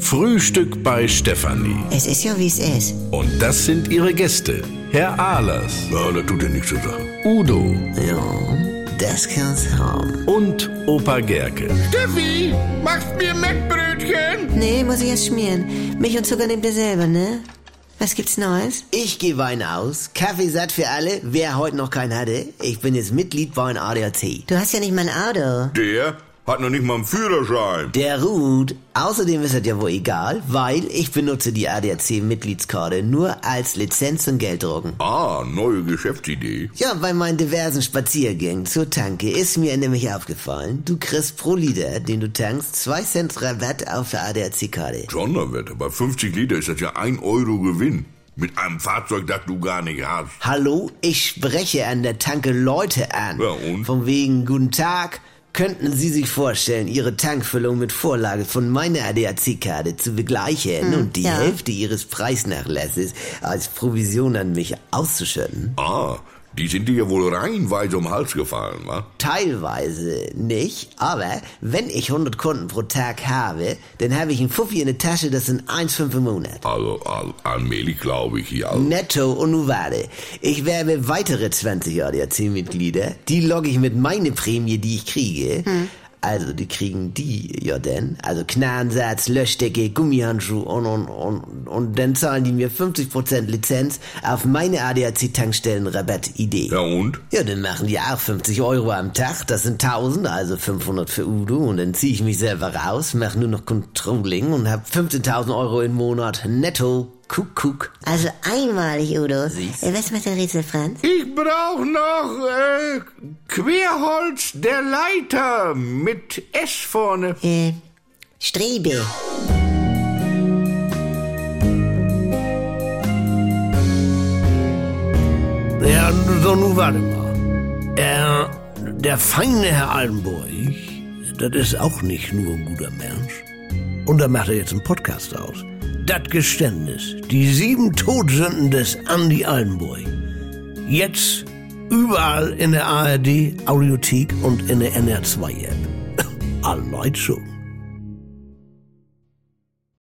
Frühstück bei Stefanie. Es ist ja, wie es ist. Und das sind ihre Gäste. Herr Ahlers, Ja, das tut ja nichts zur Sache. Udo Ja, das kann's haben. und Opa Gerke. Steffi, machst mir Mettbrötchen? Nee, muss ich erst schmieren. Milch und Zucker nehmt ihr selber, ne? Was gibt's Neues? Ich gehe Wein aus, Kaffee satt für alle, wer heute noch keinen hatte. Ich bin jetzt Mitglied bei einem ADAC. Du hast ja nicht mal ein Auto. Der hat noch nicht mal einen Führerschein. Der ruht. Außerdem ist das ja wohl egal, weil ich benutze die ADAC-Mitgliedskarte nur als Lizenz und Gelddrucken. Ah, neue Geschäftsidee. Ja, bei meinen diversen Spaziergängen zur Tanke ist mir nämlich aufgefallen, du kriegst pro Liter, den du tankst, 2 Cent Rabatt auf der ADAC-Karte. Sonderwetter, bei 50 Liter ist das ja 1 Euro Gewinn. Mit einem Fahrzeug, das du gar nicht hast. Hallo, ich spreche an der Tanke Leute an. Ja, und? Von wegen, guten Tag. Könnten Sie sich vorstellen, Ihre Tankfüllung mit Vorlage von meiner ADAC-Karte zu begleichen und die ja. Hälfte Ihres Preisnachlasses als Provision an mich auszuschütten? Ah, die sind dir ja wohl reihenweise um den Hals gefallen, wa? Teilweise nicht, aber wenn ich 100 Kunden pro Tag habe, dann habe ich einen Fuffi in der Tasche, das sind 1,5 im Monat. Also, al- allmählich glaube ich hier. Also. Netto und Novade. Ich werbe weitere 20 ADAC-Mitglieder. Die logge ich mit meine Prämie, die ich kriege. Also, die kriegen die, ja denn. Also Knarrensatz, Löschdecke, Gummihandschuh und, und, und, und dann zahlen die mir 50% Lizenz auf meine ADAC-Tankstellen-Rabatt-Idee. Ja und? Ja, dann machen die auch 50 Euro am Tag. Das sind 1000, also 500 für Udo. Und dann ziehe ich mich selber raus, mache nur noch Controlling und hab 15.000 Euro im Monat netto. Kuckuck. Also einmalig, Udo. Siehst. Äh, Was macht der Rätsel, Franz? Ich brauch noch äh, Querholz der Leiter mit S vorne. Äh, Strebe. Ja, so nun warte mal. Er, der feine Herr Altenburg, das ist auch nicht nur ein guter Mensch. Und da macht er jetzt einen Podcast aus. Das Geständnis, die sieben Todsünden des Andy Altenburg. Jetzt überall in der ARD, Audiothek und in der NR2-App. Allein Ah, schon.